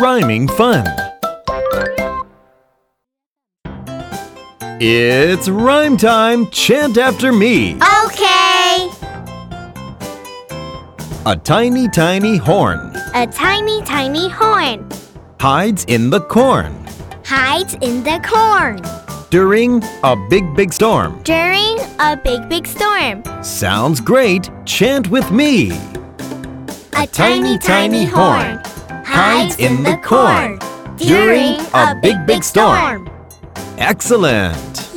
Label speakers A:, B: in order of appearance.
A: Rhyming fun. It's rhyme time. Chant after me.
B: Okay.
A: A tiny, tiny horn
B: A tiny, tiny horn
A: hides in the corn
B: hides in the corn
A: during a big, big storm.
B: during a big, big storm.
A: Sounds great. Chant with me.
B: A tiny, tiny horn hides in the corn during a big, big storm.
A: Excellent.